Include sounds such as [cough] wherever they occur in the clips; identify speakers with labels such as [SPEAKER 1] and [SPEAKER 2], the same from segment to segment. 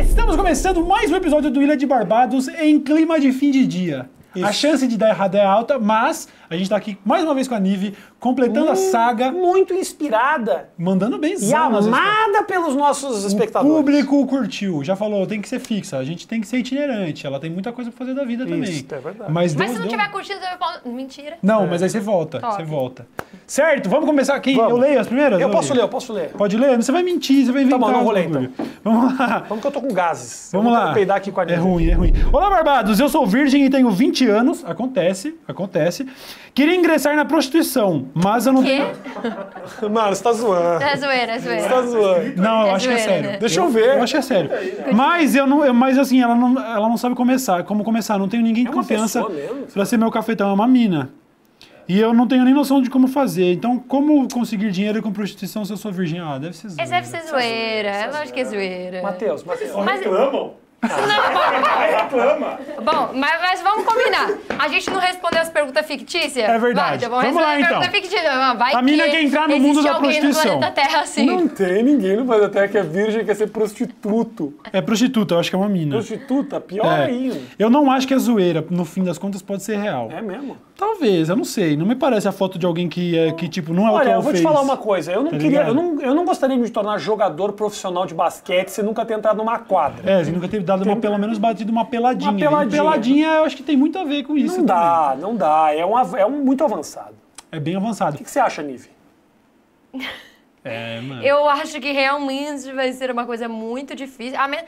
[SPEAKER 1] Estamos começando mais um episódio do Ilha de Barbados em clima de fim de dia. A chance de dar errado é alta, mas a gente tá aqui mais uma vez com a Nive, completando a saga,
[SPEAKER 2] Hum, Muito inspirada
[SPEAKER 1] mandando bem
[SPEAKER 2] e amada pelos nossos
[SPEAKER 1] O
[SPEAKER 2] espectadores.
[SPEAKER 1] público curtiu, já falou, tem que ser fixa, a gente tem que ser itinerante, ela tem muita coisa pra fazer da vida também.
[SPEAKER 2] é verdade.
[SPEAKER 1] Mas,
[SPEAKER 3] Mas
[SPEAKER 1] deu-
[SPEAKER 3] se não
[SPEAKER 1] deu- um-
[SPEAKER 3] tiver curtido, você vai falar. Mentira.
[SPEAKER 1] Não, mas aí você volta,
[SPEAKER 3] Top.
[SPEAKER 1] você volta. Certo, vamos começar aqui.
[SPEAKER 2] Vamos.
[SPEAKER 1] Eu leio as primeiras?
[SPEAKER 2] Eu posso
[SPEAKER 1] leio.
[SPEAKER 2] ler, eu posso ler.
[SPEAKER 1] Pode ler? Tá Você vai mentir, você vai inventar.
[SPEAKER 2] bom, não vou
[SPEAKER 1] os
[SPEAKER 2] ler,
[SPEAKER 1] bagulho. Vamos lá.
[SPEAKER 2] Vamos que eu tô com gases. Eu
[SPEAKER 1] Vamos
[SPEAKER 2] não quero
[SPEAKER 1] lá.
[SPEAKER 2] peidar aqui com a
[SPEAKER 1] é
[SPEAKER 2] Nívia.
[SPEAKER 1] ruim, é ruim. Olá, Barbados. Eu sou virgem e tenho 20 anos. Acontece, acontece. Queria ingressar na prostituição, mas eu não
[SPEAKER 3] Quê?
[SPEAKER 1] tenho.
[SPEAKER 2] Mano, você tá zoando.
[SPEAKER 3] É zoeira, é
[SPEAKER 2] Você tá
[SPEAKER 3] zoeira.
[SPEAKER 2] zoando.
[SPEAKER 1] Não, eu
[SPEAKER 3] É
[SPEAKER 1] acho que é
[SPEAKER 3] zoeira,
[SPEAKER 1] sério.
[SPEAKER 3] né?
[SPEAKER 2] Deixa eu ver.
[SPEAKER 1] Eu acho que é sério. Mas eu não. eu- mas assim, ela não, ela não sabe começar. Como começar? Não tenho ninguém de
[SPEAKER 2] É uma
[SPEAKER 1] confiança
[SPEAKER 2] pessoa mesmo?
[SPEAKER 1] pra ser meu cafetão, é uma mina. E eu não tenho nem noção de como fazer. Então, como conseguir dinheiro com prostituição se eu sou virgem? Ah, deve ser
[SPEAKER 3] Essa
[SPEAKER 1] zoeira.
[SPEAKER 3] É, deve ser zoeira. É lógico que é zoeira.
[SPEAKER 2] Matheus, Matheus.
[SPEAKER 3] Mas,
[SPEAKER 4] Reclamam? Reclama.
[SPEAKER 3] bom, mas, mas vamos combinar. A gente não respondeu as perguntas fictícias?
[SPEAKER 1] É verdade.
[SPEAKER 3] Vai, então vamos
[SPEAKER 1] Vamos lá,
[SPEAKER 3] responder
[SPEAKER 1] então.
[SPEAKER 3] as perguntas fictícias. Ah, Vai
[SPEAKER 1] A mina quer entrar no
[SPEAKER 3] existe
[SPEAKER 1] mundo da
[SPEAKER 3] alguém no
[SPEAKER 1] prostituição.
[SPEAKER 3] planeta Terra, assim.
[SPEAKER 2] Não tem ninguém no planeta Terra que é virgem quer ser prostituto.
[SPEAKER 1] É prostituta, eu acho que é uma mina.
[SPEAKER 2] Prostituta, pior
[SPEAKER 1] É.
[SPEAKER 2] ainda.
[SPEAKER 1] Eu não acho que é zoeira. No fim das contas, pode ser real.
[SPEAKER 2] É mesmo.
[SPEAKER 1] Talvez, eu não sei. Não me parece a foto de alguém que, é, que tipo, não é o que
[SPEAKER 2] Olha,
[SPEAKER 1] ela
[SPEAKER 2] eu vou te
[SPEAKER 1] fez.
[SPEAKER 2] falar uma coisa. Eu não
[SPEAKER 1] Tá
[SPEAKER 2] queria,
[SPEAKER 1] ligado?
[SPEAKER 2] eu não, eu não gostaria de me tornar jogador profissional de basquete se nunca ter entrado numa quadra.
[SPEAKER 1] É, você nunca teve dado uma, pelo menos batido uma peladinha.
[SPEAKER 2] Uma
[SPEAKER 1] E
[SPEAKER 2] peladinha.
[SPEAKER 1] peladinha, eu acho que tem muito a ver com isso.
[SPEAKER 2] não dá, não dá. É um, av- é um muito avançado.
[SPEAKER 1] também. É bem avançado.
[SPEAKER 2] O que você acha, Nive?
[SPEAKER 1] É, mano.
[SPEAKER 3] Eu acho que realmente vai ser uma coisa muito difícil. A men-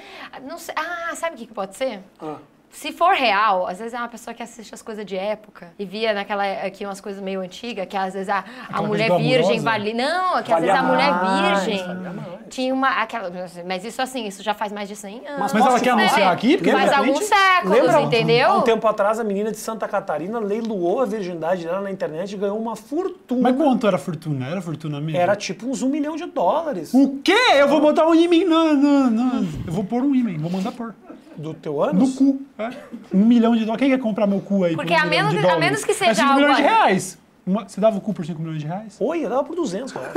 [SPEAKER 3] não sei- Ah, sabe o que, que pode ser?
[SPEAKER 2] Ah.
[SPEAKER 3] Se for real, às vezes é uma pessoa que assiste as coisas de época e via naquela aqui umas coisas meio antigas, que às vezes a, a
[SPEAKER 1] coisa
[SPEAKER 3] mulher
[SPEAKER 1] glamurosa?
[SPEAKER 3] virgem vale. Não, que às
[SPEAKER 2] Valia
[SPEAKER 3] vezes a mulher
[SPEAKER 2] mais,
[SPEAKER 3] virgem
[SPEAKER 2] valia mais.
[SPEAKER 3] tinha uma. Aquela, mas isso assim, isso já faz mais de 100 anos.
[SPEAKER 2] Mas
[SPEAKER 1] Mas ela
[SPEAKER 2] Posso
[SPEAKER 1] quer
[SPEAKER 2] te
[SPEAKER 1] anunciar
[SPEAKER 2] falar?
[SPEAKER 1] aqui? Porque
[SPEAKER 3] Mas
[SPEAKER 1] de
[SPEAKER 3] alguns
[SPEAKER 1] repente-
[SPEAKER 3] séculos,
[SPEAKER 2] Lembra?
[SPEAKER 3] entendeu?
[SPEAKER 2] Há um tempo atrás, a menina de Santa Catarina leiloou a virgindade dela na internet e ganhou uma fortuna.
[SPEAKER 1] Mas quanto era a fortuna? Era a fortuna mesmo?
[SPEAKER 2] Era tipo uns um milhão de dólares
[SPEAKER 1] O quê? Eu vou botar um ímã. Não, não, não. Eu vou pôr um ímã. Vou mandar pôr.
[SPEAKER 2] do teu ano.
[SPEAKER 1] No cu. é. Um milhão de dólares. Quem quer comprar meu cu aí
[SPEAKER 3] Porque
[SPEAKER 1] por um
[SPEAKER 3] a
[SPEAKER 1] milhão
[SPEAKER 3] menos-
[SPEAKER 1] de
[SPEAKER 3] a
[SPEAKER 1] dólares?
[SPEAKER 3] menos que
[SPEAKER 1] É
[SPEAKER 3] seja
[SPEAKER 1] 5 milhões de
[SPEAKER 3] algo-
[SPEAKER 1] reais. Uma- você dava o cu por 5 milhões de reais?
[SPEAKER 2] Oi, dava por 200,
[SPEAKER 3] [laughs]
[SPEAKER 2] cara.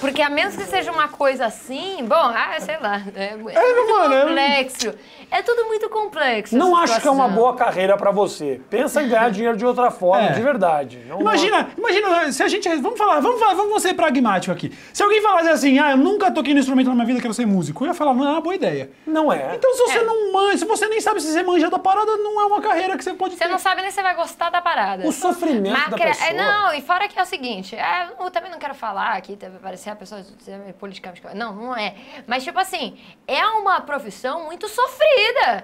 [SPEAKER 3] Porque a menos que seja uma coisa assim, bom, ah, sei lá. É, é muito
[SPEAKER 1] mano, é-
[SPEAKER 3] complexo. É... tudo muito complexo.
[SPEAKER 2] um Não
[SPEAKER 3] essa
[SPEAKER 2] acho que é uma
[SPEAKER 3] situação.
[SPEAKER 2] boa carreira pra você. Pensa
[SPEAKER 1] [laughs]
[SPEAKER 2] em ganhar dinheiro de outra forma,
[SPEAKER 1] É.
[SPEAKER 2] de verdade. Não-
[SPEAKER 1] Imagina, imagina, se a gente. Vamos falar, vamos, falar, vamos ser pragmático aqui. Se alguém falasse assim, ah, eu nunca toquei no instrumento na minha vida, quero ser músico, eu ia falar, não é uma boa ideia.
[SPEAKER 2] Não é.
[SPEAKER 1] Então, se você
[SPEAKER 3] É.
[SPEAKER 1] não manja, se você nem sabe se você manja da parada, não é uma carreira que você pode
[SPEAKER 3] Você
[SPEAKER 1] ter.
[SPEAKER 3] não sabe nem se vai gostar da parada.
[SPEAKER 2] o sofrimento da
[SPEAKER 3] Macra-
[SPEAKER 2] pessoa.
[SPEAKER 3] é, não, e fora que é o seguinte, é, eu também não quero falar aqui, deve parecer a pessoa dizer politicamente. correta. Não, não é. Mas, tipo assim, é uma profissão muito sofrida.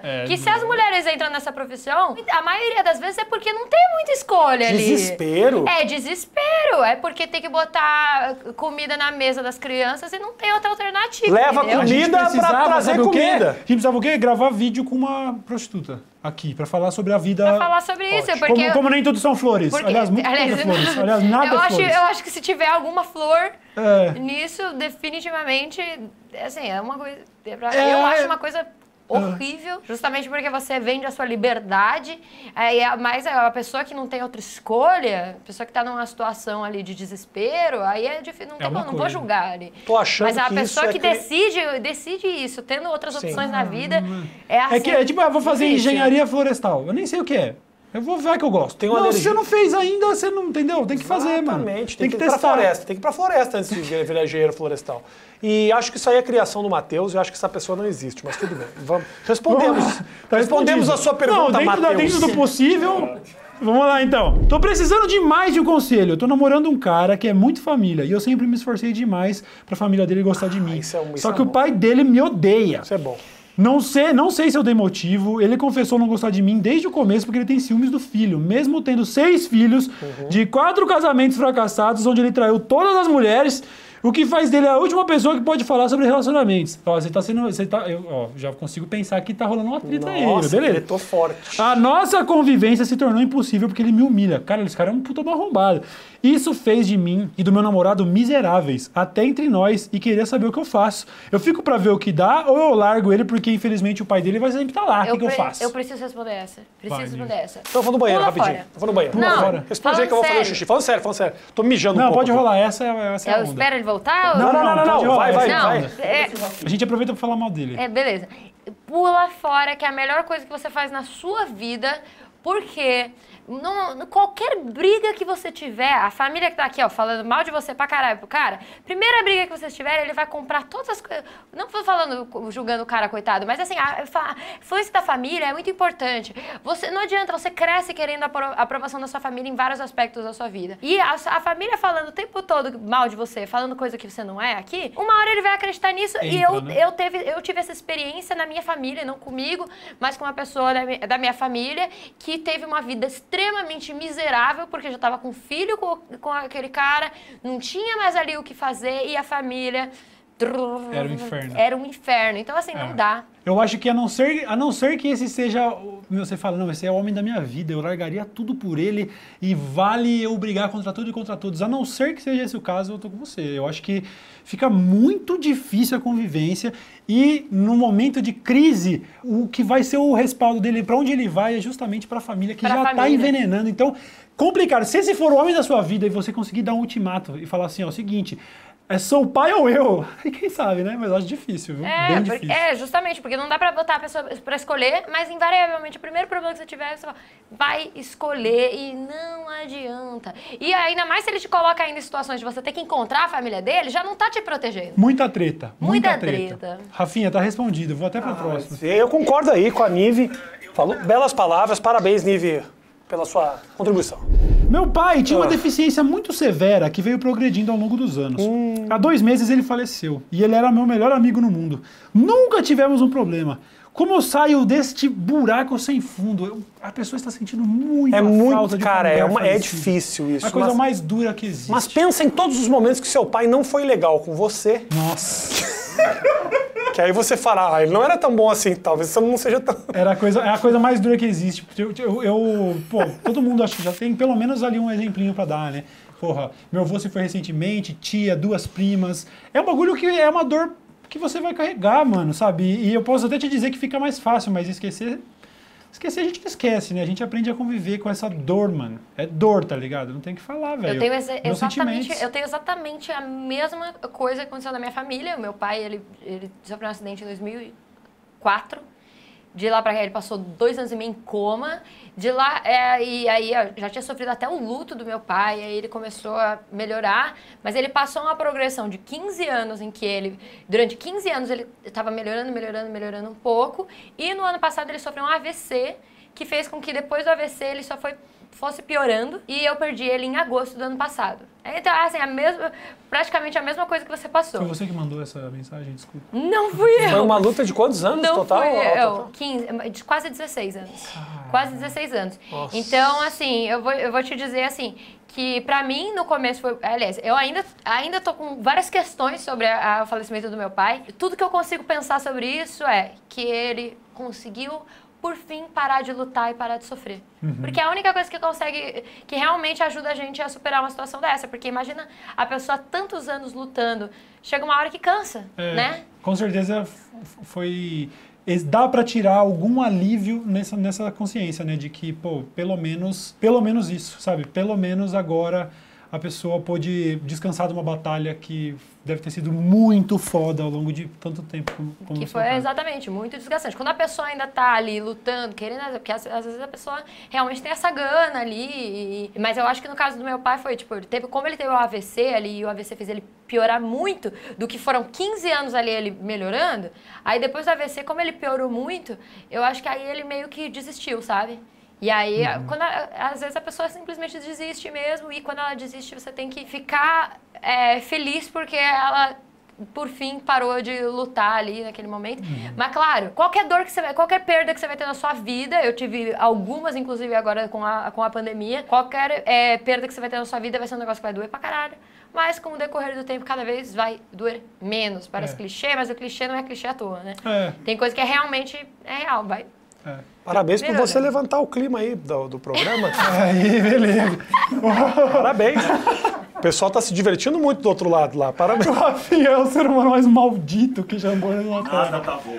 [SPEAKER 1] É,
[SPEAKER 3] que se
[SPEAKER 1] não-
[SPEAKER 3] as mulheres entram nessa profissão, a maioria das vezes é porque não tem muita escolha ali.
[SPEAKER 2] Desespero.
[SPEAKER 3] É desespero. É porque tem que botar comida na mesa das crianças e não tem outra alternativa.
[SPEAKER 2] Leva
[SPEAKER 3] entendeu?
[SPEAKER 1] A gente
[SPEAKER 2] Comida pra
[SPEAKER 1] precisava,
[SPEAKER 2] trazer
[SPEAKER 1] sabe o quê?
[SPEAKER 2] comida.
[SPEAKER 1] A gente precisava o quê? Gravar vídeo com uma prostituta aqui, pra falar sobre a vida.
[SPEAKER 3] Pra falar sobre isso, porque.
[SPEAKER 1] Como, como nem tudo são flores.
[SPEAKER 3] porque-
[SPEAKER 1] Aliás, muito
[SPEAKER 3] aliás,
[SPEAKER 1] poucas flores. Aliás, nada
[SPEAKER 3] [laughs]
[SPEAKER 1] é
[SPEAKER 3] eu acho,
[SPEAKER 1] flores.
[SPEAKER 3] eu acho que se tiver alguma flor
[SPEAKER 1] É.
[SPEAKER 3] nisso, definitivamente, assim, é uma coisa. é pra-
[SPEAKER 1] É.
[SPEAKER 3] Eu acho uma coisa horrível, justamente porque você vende a sua liberdade, é, e a- mas a pessoa que não tem outra escolha, a pessoa que tá numa situação ali de desespero, aí é difícil, não, tem
[SPEAKER 1] uma
[SPEAKER 3] como, não vou
[SPEAKER 1] coisa.
[SPEAKER 3] julgar ali.
[SPEAKER 2] Tô achando
[SPEAKER 3] mas a
[SPEAKER 2] que
[SPEAKER 3] pessoa
[SPEAKER 2] isso
[SPEAKER 3] que
[SPEAKER 2] é cri-
[SPEAKER 3] decide, decide isso, tendo outras opções na vida, é assim.
[SPEAKER 1] É que é tipo, ah, vou fazer
[SPEAKER 3] difícil.
[SPEAKER 1] engenharia florestal. Eu nem sei o que é. Eu vou ver que eu gosto.
[SPEAKER 2] né? uma
[SPEAKER 1] não, se
[SPEAKER 2] alergia.
[SPEAKER 1] você não fez ainda, você não entendeu? Tem que fazer, mano.
[SPEAKER 2] Exatamente, tem, que, ir pra floresta, tem que ir pra floresta antes de vir- virar engenheiro florestal. E acho que isso aí é criação do Matheus, eu acho que essa pessoa não existe, mas tudo bem. Vamos. Respondemos.
[SPEAKER 1] [laughs] Tá
[SPEAKER 2] Respondemos
[SPEAKER 1] respondido.
[SPEAKER 2] a sua pergunta,
[SPEAKER 1] Não, dentro, da-
[SPEAKER 2] Matheus.
[SPEAKER 1] dentro do possível. Vamos lá então. Tô precisando de mais de um conselho. Eu tô namorando um cara que é muito família e eu sempre me esforcei demais pra família dele gostar de mim.
[SPEAKER 2] isso é um- isso
[SPEAKER 1] Só
[SPEAKER 2] é
[SPEAKER 1] que o
[SPEAKER 2] bom.
[SPEAKER 1] pai dele me odeia.
[SPEAKER 2] Isso é bom.
[SPEAKER 1] Não sei, não sei se eu dei motivo. Ele confessou não gostar de mim desde o começo porque ele tem ciúmes do filho, mesmo tendo seis filhos de quatro casamentos fracassados, onde ele traiu todas as mulheres. O que faz dele a última pessoa que pode falar sobre relacionamentos. Ó, você tá sendo. Você tá, eu, ó, já consigo pensar que tá rolando uma treta aí,
[SPEAKER 2] Nossa,
[SPEAKER 1] beleza? Ah,
[SPEAKER 2] ele tô forte.
[SPEAKER 1] A nossa convivência se tornou impossível porque ele me humilha. Cara, esse cara é um puta mal arrombado. Isso fez de mim e do meu namorado miseráveis, até entre nós, e queria saber o que eu faço. Eu fico pra ver o que dá ou eu largo ele porque infelizmente o pai dele vai sempre estar lá. O que, que eu
[SPEAKER 3] pre-
[SPEAKER 1] faço?
[SPEAKER 3] Eu preciso responder essa. Preciso
[SPEAKER 1] Vai,
[SPEAKER 3] responder essa.
[SPEAKER 2] Então eu vou no banheiro
[SPEAKER 3] Pula
[SPEAKER 2] rapidinho.
[SPEAKER 3] fora.
[SPEAKER 2] Eu vou no banheiro.
[SPEAKER 3] Não,
[SPEAKER 1] fora.
[SPEAKER 2] Responde aí que eu vou
[SPEAKER 3] falando
[SPEAKER 2] fazer o
[SPEAKER 3] sério.
[SPEAKER 2] xixi. Falando sério, falando sério. Tô mijando um
[SPEAKER 1] Não,
[SPEAKER 2] pouco
[SPEAKER 1] pode
[SPEAKER 2] aqui.
[SPEAKER 1] rolar. Essa é, essa é a
[SPEAKER 3] Eu
[SPEAKER 1] onda.
[SPEAKER 3] espero ele voltar?
[SPEAKER 1] Não, não, não, não,
[SPEAKER 2] não,
[SPEAKER 1] não,
[SPEAKER 2] vai, vai,
[SPEAKER 1] não.
[SPEAKER 2] vai.
[SPEAKER 3] É,
[SPEAKER 1] A gente aproveita pra falar mal dele.
[SPEAKER 3] é, beleza. Pula fora, que é a melhor coisa que você faz na sua vida, porque não, qualquer briga que você tiver, a família que tá aqui, ó, falando mal de você pra caralho pro cara, primeira briga que vocês tiverem, ele vai comprar todas as coisas. Não tô falando, julgando o cara, coitado, mas assim, a fa- influência da família é muito importante. Você Não adianta, você cresce querendo a apro- aprovação da sua família em vários aspectos da sua vida. E a, a família falando o tempo todo mal de você, falando coisa que você não é aqui, uma hora ele vai acreditar nisso e
[SPEAKER 1] Entra,
[SPEAKER 3] eu,
[SPEAKER 1] né?
[SPEAKER 3] eu, teve, eu tive essa experiência na minha família, não comigo, mas com uma pessoa da mi- da minha família que teve uma vida extremamente miserável, porque já estava com filho com, com aquele cara, não tinha mais ali o que fazer e a família.
[SPEAKER 1] Era um inferno.
[SPEAKER 3] Era um inferno. Então, assim,
[SPEAKER 1] É.
[SPEAKER 3] não dá.
[SPEAKER 1] Eu acho que a não ser, a não ser que esse seja. o- Meu, você fala, não, esse é o homem da minha vida, eu largaria tudo por ele e vale eu brigar contra tudo e contra todos. A não ser que seja esse o caso, eu tô com você. Eu acho que fica muito difícil a convivência e no momento de crise, o que vai ser o respaldo dele, pra onde ele vai, é justamente pra família que já
[SPEAKER 3] Pra
[SPEAKER 1] tá
[SPEAKER 3] família.
[SPEAKER 1] envenenando. Então, complicado. Se esse for o homem da sua vida e você conseguir dar um ultimato e falar assim, ó, o seguinte. É sou o pai ou eu? [laughs] Quem sabe, né? Mas eu acho difícil, viu?
[SPEAKER 3] É,
[SPEAKER 1] Bem
[SPEAKER 3] porque-
[SPEAKER 1] difícil.
[SPEAKER 3] é, justamente, porque não dá pra botar a pessoa pra escolher, mas invariavelmente o primeiro problema que você tiver, você fala, vai escolher e não adianta. E ainda mais se ele te coloca ainda em situações de você ter que encontrar a família dele, já não tá te protegendo.
[SPEAKER 1] Muita treta. Muita,
[SPEAKER 3] Muita
[SPEAKER 1] treta.
[SPEAKER 3] treta.
[SPEAKER 1] Rafinha, tá respondido. Vou até
[SPEAKER 2] Ah,
[SPEAKER 1] pra próxima.
[SPEAKER 2] Eu concordo aí com a Nive. Falou belas palavras. Parabéns, Nive, pela sua contribuição.
[SPEAKER 1] Meu pai tinha uma
[SPEAKER 2] Ah.
[SPEAKER 1] deficiência muito severa que veio progredindo ao longo dos anos.
[SPEAKER 2] Hum.
[SPEAKER 1] Há dois meses ele faleceu e ele era meu melhor amigo no mundo. Nunca tivemos um problema. Como eu saio deste buraco sem fundo? Eu- a pessoa está sentindo muito
[SPEAKER 2] É
[SPEAKER 1] a
[SPEAKER 2] muito,
[SPEAKER 1] falta de
[SPEAKER 2] cara, é,
[SPEAKER 1] familiar
[SPEAKER 2] uma- é
[SPEAKER 1] falecido.
[SPEAKER 2] difícil isso.
[SPEAKER 1] A coisa
[SPEAKER 2] mas,
[SPEAKER 1] mais dura que existe.
[SPEAKER 2] mas pensa em todos os momentos que seu pai não foi legal com você,
[SPEAKER 1] Nossa,
[SPEAKER 2] que aí você fala, ah, ele não era tão bom assim, talvez isso não seja tão...
[SPEAKER 1] era a coisa, é a coisa mais dura que existe. Eu, eu- eu- pô, todo mundo acho que já tem pelo menos ali um exemplinho pra dar, né? Porra, meu avô se foi recentemente, tia, duas primas. É um bagulho que é uma dor que você vai carregar, mano, sabe? E eu posso até te dizer que fica mais fácil, mas esquecer. Esquecer a gente não esquece, né? A gente aprende a conviver com essa dor, mano. É dor, tá ligado? Não tem o que falar, velho.
[SPEAKER 3] Eu tenho, exa-
[SPEAKER 1] Meus
[SPEAKER 3] exatamente,
[SPEAKER 1] sentimentos.
[SPEAKER 3] eu tenho exatamente a mesma coisa que aconteceu na minha família. O meu pai, ele, ele sofreu um acidente em 2004. De lá pra cá, ele passou dois anos e meio em coma. De lá, é, e aí eu já tinha sofrido até o luto do meu pai, aí ele começou a melhorar. Mas ele passou uma progressão de 15 anos em que ele, durante 15 anos, ele estava melhorando, melhorando, melhorando um pouco. E no ano passado ele sofreu um AVC, que fez com que depois do AVC ele só foi fosse piorando e eu perdi ele em agosto do ano passado. Então, assim, a mesma, praticamente a mesma coisa que você
[SPEAKER 1] Foi
[SPEAKER 3] passou.
[SPEAKER 1] você que mandou essa mensagem, desculpa.
[SPEAKER 3] Não fui É, eu.
[SPEAKER 2] Foi uma luta de quantos anos
[SPEAKER 3] Não é,
[SPEAKER 2] total?
[SPEAKER 3] fui
[SPEAKER 2] Ao
[SPEAKER 3] eu.
[SPEAKER 2] total?
[SPEAKER 3] 15, é, de quase 16 anos. Quase 16 anos. Então, assim, eu vou, eu vou te dizer assim, que pra mim, no começo foi... Aliás, eu ainda, ainda tô com várias questões sobre a- a- o falecimento do meu pai. Tudo que eu consigo pensar sobre isso é que ele conseguiu, por fim, parar de lutar e parar de sofrer.
[SPEAKER 2] Uhum.
[SPEAKER 3] Porque é a única coisa que consegue, que realmente ajuda a gente a superar uma situação dessa. Porque imagina a pessoa tantos anos lutando, chega uma hora que cansa,
[SPEAKER 1] É,
[SPEAKER 3] né?
[SPEAKER 1] Com certeza f- f- foi. es- Dá pra tirar algum alívio nessa, nessa consciência, né? De que, pô, pelo menos, pelo menos isso, sabe? Pelo menos agora a pessoa pôde descansar de uma batalha que deve ter sido muito foda ao longo de tanto tempo como, como
[SPEAKER 3] Que
[SPEAKER 1] no seu
[SPEAKER 3] foi
[SPEAKER 1] caso.
[SPEAKER 3] exatamente muito desgastante. Quando a pessoa ainda tá ali lutando, querendo, porque às, às vezes a pessoa realmente tem essa gana ali. e- mas eu acho que no caso do meu pai foi, tipo, ele teve, como ele teve o AVC ali, e o AVC fez ele piorar muito do que foram 15 anos ali ele melhorando. Aí depois do AVC, como ele piorou muito, eu acho que aí ele meio que desistiu, sabe? E aí, quando a- às vezes a pessoa simplesmente desiste mesmo, e quando ela desiste, você tem que ficar é, feliz porque ela por fim parou de lutar ali naquele momento. Mas claro, qualquer dor que você vai, qualquer perda que você vai ter na sua vida, eu tive algumas, inclusive agora com a, com a pandemia, qualquer eh, perda que você vai ter na sua vida vai ser um negócio que vai doer pra caralho. Mas com o decorrer do tempo, cada vez vai doer menos. Parece
[SPEAKER 1] É.
[SPEAKER 3] clichê, mas o clichê não é clichê à toa, né?
[SPEAKER 1] É,
[SPEAKER 3] Tem coisa que é realmente é real, vai.
[SPEAKER 1] é.
[SPEAKER 2] Parabéns por
[SPEAKER 3] Melhorou.
[SPEAKER 2] você levantar o clima aí do, do programa.
[SPEAKER 1] Aí, beleza.
[SPEAKER 2] Parabéns. O pessoal tá se divertindo muito do outro lado lá. Parabéns. [laughs]
[SPEAKER 1] O Rafinha é o ser humano mais maldito que já morreu na Terra.
[SPEAKER 4] Nada tá bom.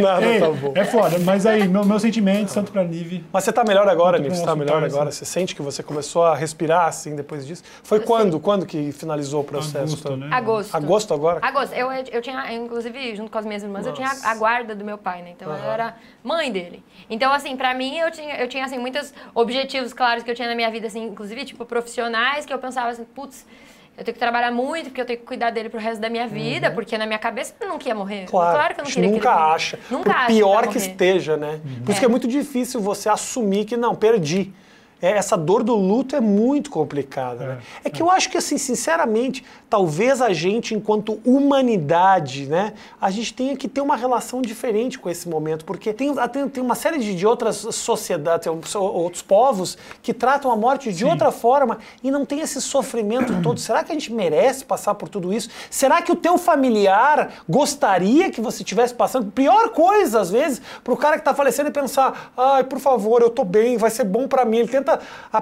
[SPEAKER 2] Nada
[SPEAKER 1] Ei,
[SPEAKER 2] tá bom.
[SPEAKER 1] é foda, mas aí, meu, meu sentimento, santo pra Nive.
[SPEAKER 2] Mas você tá melhor agora, Nive? Você
[SPEAKER 1] bom,
[SPEAKER 2] tá
[SPEAKER 1] super,
[SPEAKER 2] melhor
[SPEAKER 1] assim.
[SPEAKER 2] agora? Você sente que você começou a respirar assim depois disso? Foi quando? Quando que finalizou o processo?
[SPEAKER 1] Augusto, né?
[SPEAKER 3] Agosto.
[SPEAKER 2] Agosto agora?
[SPEAKER 3] Agosto. Eu, eu tinha, inclusive, junto com as minhas irmãs, eu tinha
[SPEAKER 2] Nossa.
[SPEAKER 3] a, a guarda do meu pai, né? Então eu era mãe dele. Então, assim, pra mim, eu tinha, eu tinha, assim, muitos objetivos claros que eu tinha na minha vida, assim, inclusive, tipo, profissionais, que eu pensava assim, putz. Eu tenho que trabalhar muito, porque eu tenho que cuidar dele pro resto da minha vida, porque na minha cabeça eu não queria morrer.
[SPEAKER 2] Claro,
[SPEAKER 3] que
[SPEAKER 2] a
[SPEAKER 3] eu não
[SPEAKER 2] gente
[SPEAKER 3] queria que
[SPEAKER 2] nunca
[SPEAKER 3] ele-
[SPEAKER 2] acha.
[SPEAKER 3] Nunca
[SPEAKER 2] Por
[SPEAKER 3] acha que
[SPEAKER 2] pior
[SPEAKER 3] vai
[SPEAKER 2] que
[SPEAKER 3] morrer.
[SPEAKER 2] esteja, né? Por isso que é muito difícil você assumir que não, perdi. É, essa dor do luto é muito complicada. né? É, que eu acho que, assim, sinceramente, talvez a gente, enquanto humanidade, né, a gente tenha que ter uma relação diferente com esse momento, porque tem, tem, tem uma série de, de outras sociedades, tem so- outros povos que tratam a morte de outra forma e não tem esse sofrimento todo. Será que a gente merece passar por tudo isso? Será que o teu familiar gostaria que você estivesse passando? Pior coisa, às vezes, pro cara que tá falecendo e pensar, ai, por favor, eu tô bem, vai ser bom para mim. Ele tenta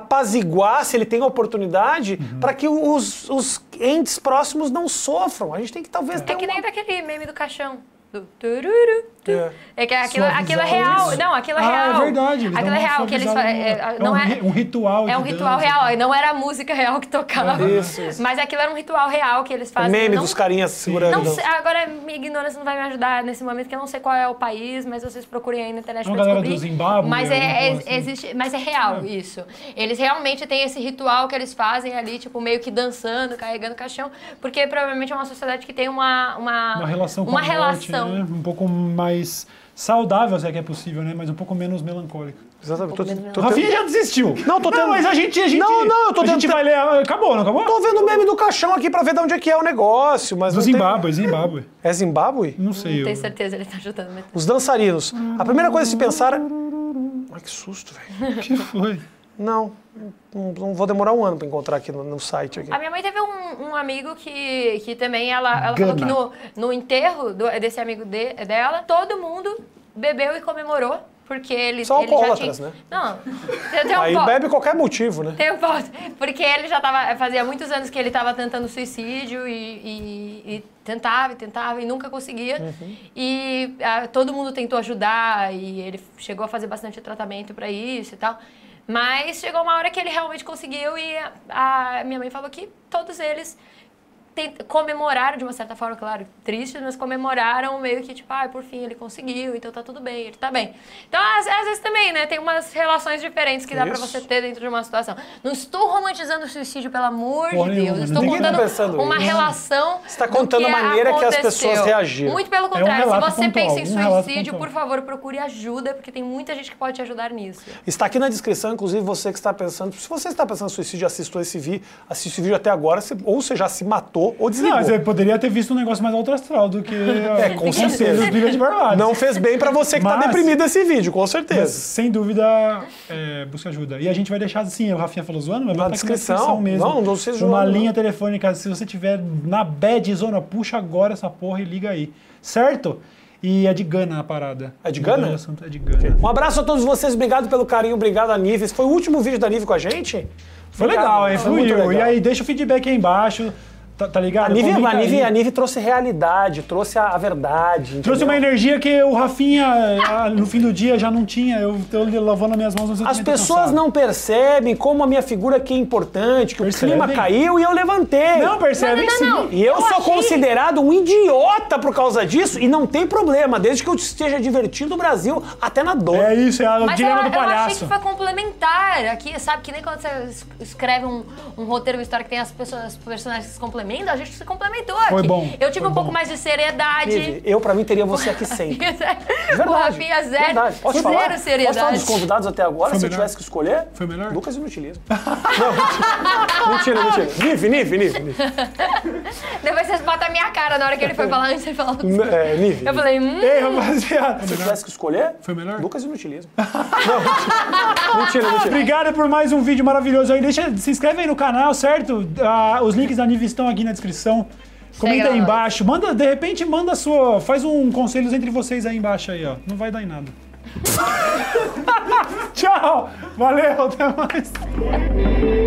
[SPEAKER 2] apaziguar, se ele tem oportunidade,
[SPEAKER 1] Uhum.
[SPEAKER 2] para que os, os entes próximos não sofram. A gente tem que talvez ter um
[SPEAKER 3] É que
[SPEAKER 2] uma-
[SPEAKER 3] nem daquele meme do caixão. Do tururu, tu.
[SPEAKER 2] É.
[SPEAKER 3] é. que aquilo,
[SPEAKER 1] Suavizar
[SPEAKER 3] aquilo é real.
[SPEAKER 1] isso.
[SPEAKER 3] Não, aquilo é
[SPEAKER 1] Ah,
[SPEAKER 3] real.
[SPEAKER 1] é verdade. eles
[SPEAKER 3] Aquilo
[SPEAKER 1] dão
[SPEAKER 3] é
[SPEAKER 1] uma
[SPEAKER 3] real que eles
[SPEAKER 1] suavizada
[SPEAKER 3] fa- é,
[SPEAKER 1] no-
[SPEAKER 3] é,
[SPEAKER 1] é um,
[SPEAKER 3] não é,
[SPEAKER 1] ri- um ritual de
[SPEAKER 3] é um
[SPEAKER 1] dança.
[SPEAKER 3] ritual real. Não era a música real que tocava.
[SPEAKER 2] Isso, isso.
[SPEAKER 3] Mas aquilo era um ritual real que eles
[SPEAKER 2] o
[SPEAKER 3] fazem.
[SPEAKER 2] meme
[SPEAKER 3] não,
[SPEAKER 2] dos carinhas segurando.
[SPEAKER 1] né?
[SPEAKER 3] não sei- agora, minha ignorância não vai me ajudar nesse momento, que eu não sei qual é o país, mas vocês procurem aí na internet
[SPEAKER 1] É uma
[SPEAKER 3] pra
[SPEAKER 1] galera
[SPEAKER 3] descobrir.
[SPEAKER 1] do Zimbábue,
[SPEAKER 3] mas, é,
[SPEAKER 1] alguma
[SPEAKER 3] é-
[SPEAKER 1] coisa assim.
[SPEAKER 3] existe, mas é real isso. Eles realmente têm esse ritual que eles fazem ali, tipo, meio que dançando, carregando caixão, porque provavelmente é uma sociedade que tem uma... Uma,
[SPEAKER 1] Uma relação com
[SPEAKER 3] uma
[SPEAKER 1] a morte, né?
[SPEAKER 3] relação.
[SPEAKER 1] Um pouco mais saudável, se é que é possível, né? Mas um pouco menos melancólica.
[SPEAKER 2] Exatamente. Tô-
[SPEAKER 3] menos
[SPEAKER 2] tô-
[SPEAKER 1] Rafinha já desistiu.
[SPEAKER 2] Não, tô tendo-
[SPEAKER 1] mas a gente, a gente...
[SPEAKER 2] Não, não, eu tô
[SPEAKER 1] A gente
[SPEAKER 2] tentando-
[SPEAKER 1] vai ler... Acabou, não acabou?
[SPEAKER 2] Tô vendo o meme do caixão aqui pra ver de onde é que é o negócio, mas
[SPEAKER 1] Do
[SPEAKER 2] não tem-
[SPEAKER 1] Zimbábue, Zimbábue.
[SPEAKER 2] É Zimbábue?
[SPEAKER 1] Não sei.
[SPEAKER 3] Não
[SPEAKER 1] eu-
[SPEAKER 3] tenho certeza, ele tá ajudando. Mas...
[SPEAKER 2] Os dançarinos. A primeira coisa a se pensar... é- Ai, que susto, velho.
[SPEAKER 1] O [laughs] que foi?
[SPEAKER 2] Não, não, não vou demorar um ano pra encontrar aqui no, no site. Aqui.
[SPEAKER 3] A minha mãe teve um, um amigo que, que também, ela, ela falou que
[SPEAKER 1] Gana.
[SPEAKER 3] no, no enterro do- desse amigo de- dela, todo mundo bebeu e comemorou. Porque ele,
[SPEAKER 2] Só
[SPEAKER 3] ele já tinha...
[SPEAKER 2] alcoólatras, né?
[SPEAKER 3] Não, [laughs] tem- tem um
[SPEAKER 2] Aí
[SPEAKER 3] po-
[SPEAKER 2] bebe qualquer motivo, né?
[SPEAKER 3] Tem um ponto. Porque ele já tava. Fazia muitos anos que ele tava tentando suicídio e, e- e tentava e tentava e nunca conseguia. E ah, todo mundo tentou ajudar e ele chegou a fazer bastante tratamento para isso e tal. Mas chegou uma hora que ele realmente conseguiu e a, a minha mãe falou que todos eles tem- comemoraram de uma certa forma, claro, triste, mas comemoraram meio que tipo, ah, por fim ele conseguiu, então tá tudo bem, ele tá bem. Então, às, às vezes também, né, tem umas relações diferentes que dá pra
[SPEAKER 2] Isso.
[SPEAKER 3] você ter dentro de uma situação. Não estou romantizando o suicídio, pelo amor
[SPEAKER 1] Porra
[SPEAKER 3] de Deus.
[SPEAKER 1] nenhuma,
[SPEAKER 3] estou
[SPEAKER 1] ninguém tá
[SPEAKER 3] contando
[SPEAKER 2] pensando
[SPEAKER 3] uma
[SPEAKER 2] isso.
[SPEAKER 3] relação. Você
[SPEAKER 2] tá contando a maneira que as pessoas reagiram.
[SPEAKER 3] Muito pelo
[SPEAKER 1] um
[SPEAKER 3] contrário, se
[SPEAKER 1] relato
[SPEAKER 3] você
[SPEAKER 1] pontual,
[SPEAKER 3] pensa em
[SPEAKER 1] um relato
[SPEAKER 3] suicídio,
[SPEAKER 1] pontual.
[SPEAKER 3] por favor, procure ajuda, porque tem muita gente que pode te ajudar nisso.
[SPEAKER 2] Está aqui na descrição, inclusive, você que está pensando. Se você está pensando em suicídio, assistiu esse vídeo, assiste esse vídeo até agora, se- ou você já se matou ou
[SPEAKER 1] Não,
[SPEAKER 2] desligou.
[SPEAKER 1] mas eu poderia ter visto um negócio mais alto astral do
[SPEAKER 2] [laughs]
[SPEAKER 1] que... É,
[SPEAKER 2] com certeza.
[SPEAKER 1] Os Bilhas de Barbados.
[SPEAKER 2] Não fez bem pra você que está
[SPEAKER 1] Mas-
[SPEAKER 2] deprimido esse vídeo, com
[SPEAKER 1] Mas,
[SPEAKER 2] certeza.
[SPEAKER 1] sem dúvida, é, busca ajuda. E a gente vai deixar, sim, o Rafinha falou zoando, mas vai estar aqui
[SPEAKER 2] descrição.
[SPEAKER 1] na descrição mesmo.
[SPEAKER 2] Não, não seja zoando, né?
[SPEAKER 1] Uma
[SPEAKER 2] não.
[SPEAKER 1] linha telefônica, se você tiver na bad zona, puxa agora essa porra e liga aí. Certo? E é de Gana a parada.
[SPEAKER 2] É de Gana?
[SPEAKER 1] O assunto é de Gana.
[SPEAKER 2] Um abraço a todos vocês, obrigado pelo carinho, obrigado a Nive. Esse foi o último vídeo da Nive com a gente?
[SPEAKER 1] Foi
[SPEAKER 2] Obrigado,
[SPEAKER 1] legal, hein?
[SPEAKER 2] foi muito
[SPEAKER 1] Fluiu.
[SPEAKER 2] legal.
[SPEAKER 1] E aí, deixa o feedback aí embaixo, tá, tá ligado?
[SPEAKER 2] A Nive,
[SPEAKER 1] Comenta
[SPEAKER 2] a, Nive,
[SPEAKER 1] aí.
[SPEAKER 2] a Nive trouxe realidade, trouxe a, a verdade.
[SPEAKER 1] Trouxe
[SPEAKER 2] entendeu?
[SPEAKER 1] uma energia que o Rafinha, ah, no fim do dia, já não tinha. Eu tô lavando as minhas mãos. mas eu
[SPEAKER 2] As
[SPEAKER 1] também tô
[SPEAKER 2] pessoas
[SPEAKER 1] cansado.
[SPEAKER 2] não percebem como a minha figura aqui é importante, que
[SPEAKER 1] Percebem.
[SPEAKER 2] o clima caiu e eu levantei.
[SPEAKER 1] Não percebem
[SPEAKER 3] Não, não, não,
[SPEAKER 1] sim.
[SPEAKER 3] não.
[SPEAKER 2] E eu,
[SPEAKER 3] Eu
[SPEAKER 2] sou
[SPEAKER 3] achei-
[SPEAKER 2] considerado um idiota por causa disso e não tem problema, desde que eu esteja divertindo o Brasil até na dor.
[SPEAKER 1] É isso, é a
[SPEAKER 3] Mas eu,
[SPEAKER 1] dilema do
[SPEAKER 3] eu achei
[SPEAKER 1] palhaço.
[SPEAKER 3] que foi complementar aqui, sabe? Que nem quando você es- escreve um, um roteiro, uma história que tem as pessoas, os personagens que se complementam, a gente se complementou aqui.
[SPEAKER 1] bom,
[SPEAKER 3] Eu tive
[SPEAKER 1] foi
[SPEAKER 3] um pouco
[SPEAKER 1] bom.
[SPEAKER 3] mais de seriedade. [laughs]
[SPEAKER 2] Nive, Eu, pra mim, teria você aqui sempre.
[SPEAKER 3] o
[SPEAKER 2] Verdade.
[SPEAKER 3] Rafinha zero,
[SPEAKER 2] verdade. Posso te falar? um Posso
[SPEAKER 3] zero
[SPEAKER 2] falar
[SPEAKER 3] seriedade.
[SPEAKER 2] dos convidados até agora,
[SPEAKER 1] Foi
[SPEAKER 2] se eu
[SPEAKER 1] melhor.
[SPEAKER 2] tivesse que escolher?
[SPEAKER 1] Foi melhor? [laughs]
[SPEAKER 2] Lucas Inutilismo. não, mentira, mentira.
[SPEAKER 1] Ah!
[SPEAKER 2] mentira. Nive, Nive, Nive. Nive.
[SPEAKER 3] Depois vocês botam a minha cara na hora
[SPEAKER 2] [laughs]
[SPEAKER 3] que ele foi falar, antes você falou.
[SPEAKER 2] N- É, Nive.
[SPEAKER 3] Eu falei, hum,
[SPEAKER 1] Ei, rapaziada.
[SPEAKER 2] Se eu tivesse que escolher,
[SPEAKER 1] Foi melhor?
[SPEAKER 2] Lucas
[SPEAKER 1] [laughs]
[SPEAKER 2] Inutilismo. não, mentira, mentira. mentira.
[SPEAKER 1] Obrigado por mais um vídeo maravilhoso aí. Deixa, se inscreve aí no canal, certo? Ah, os links da Nive estão aqui na descrição. Comenta aí
[SPEAKER 3] lá.
[SPEAKER 1] embaixo. Manda, de repente, manda a sua. Faz um conselhos entre vocês aí embaixo aí, ó. Não vai dar em nada. [laughs] Tchau! Valeu, até mais!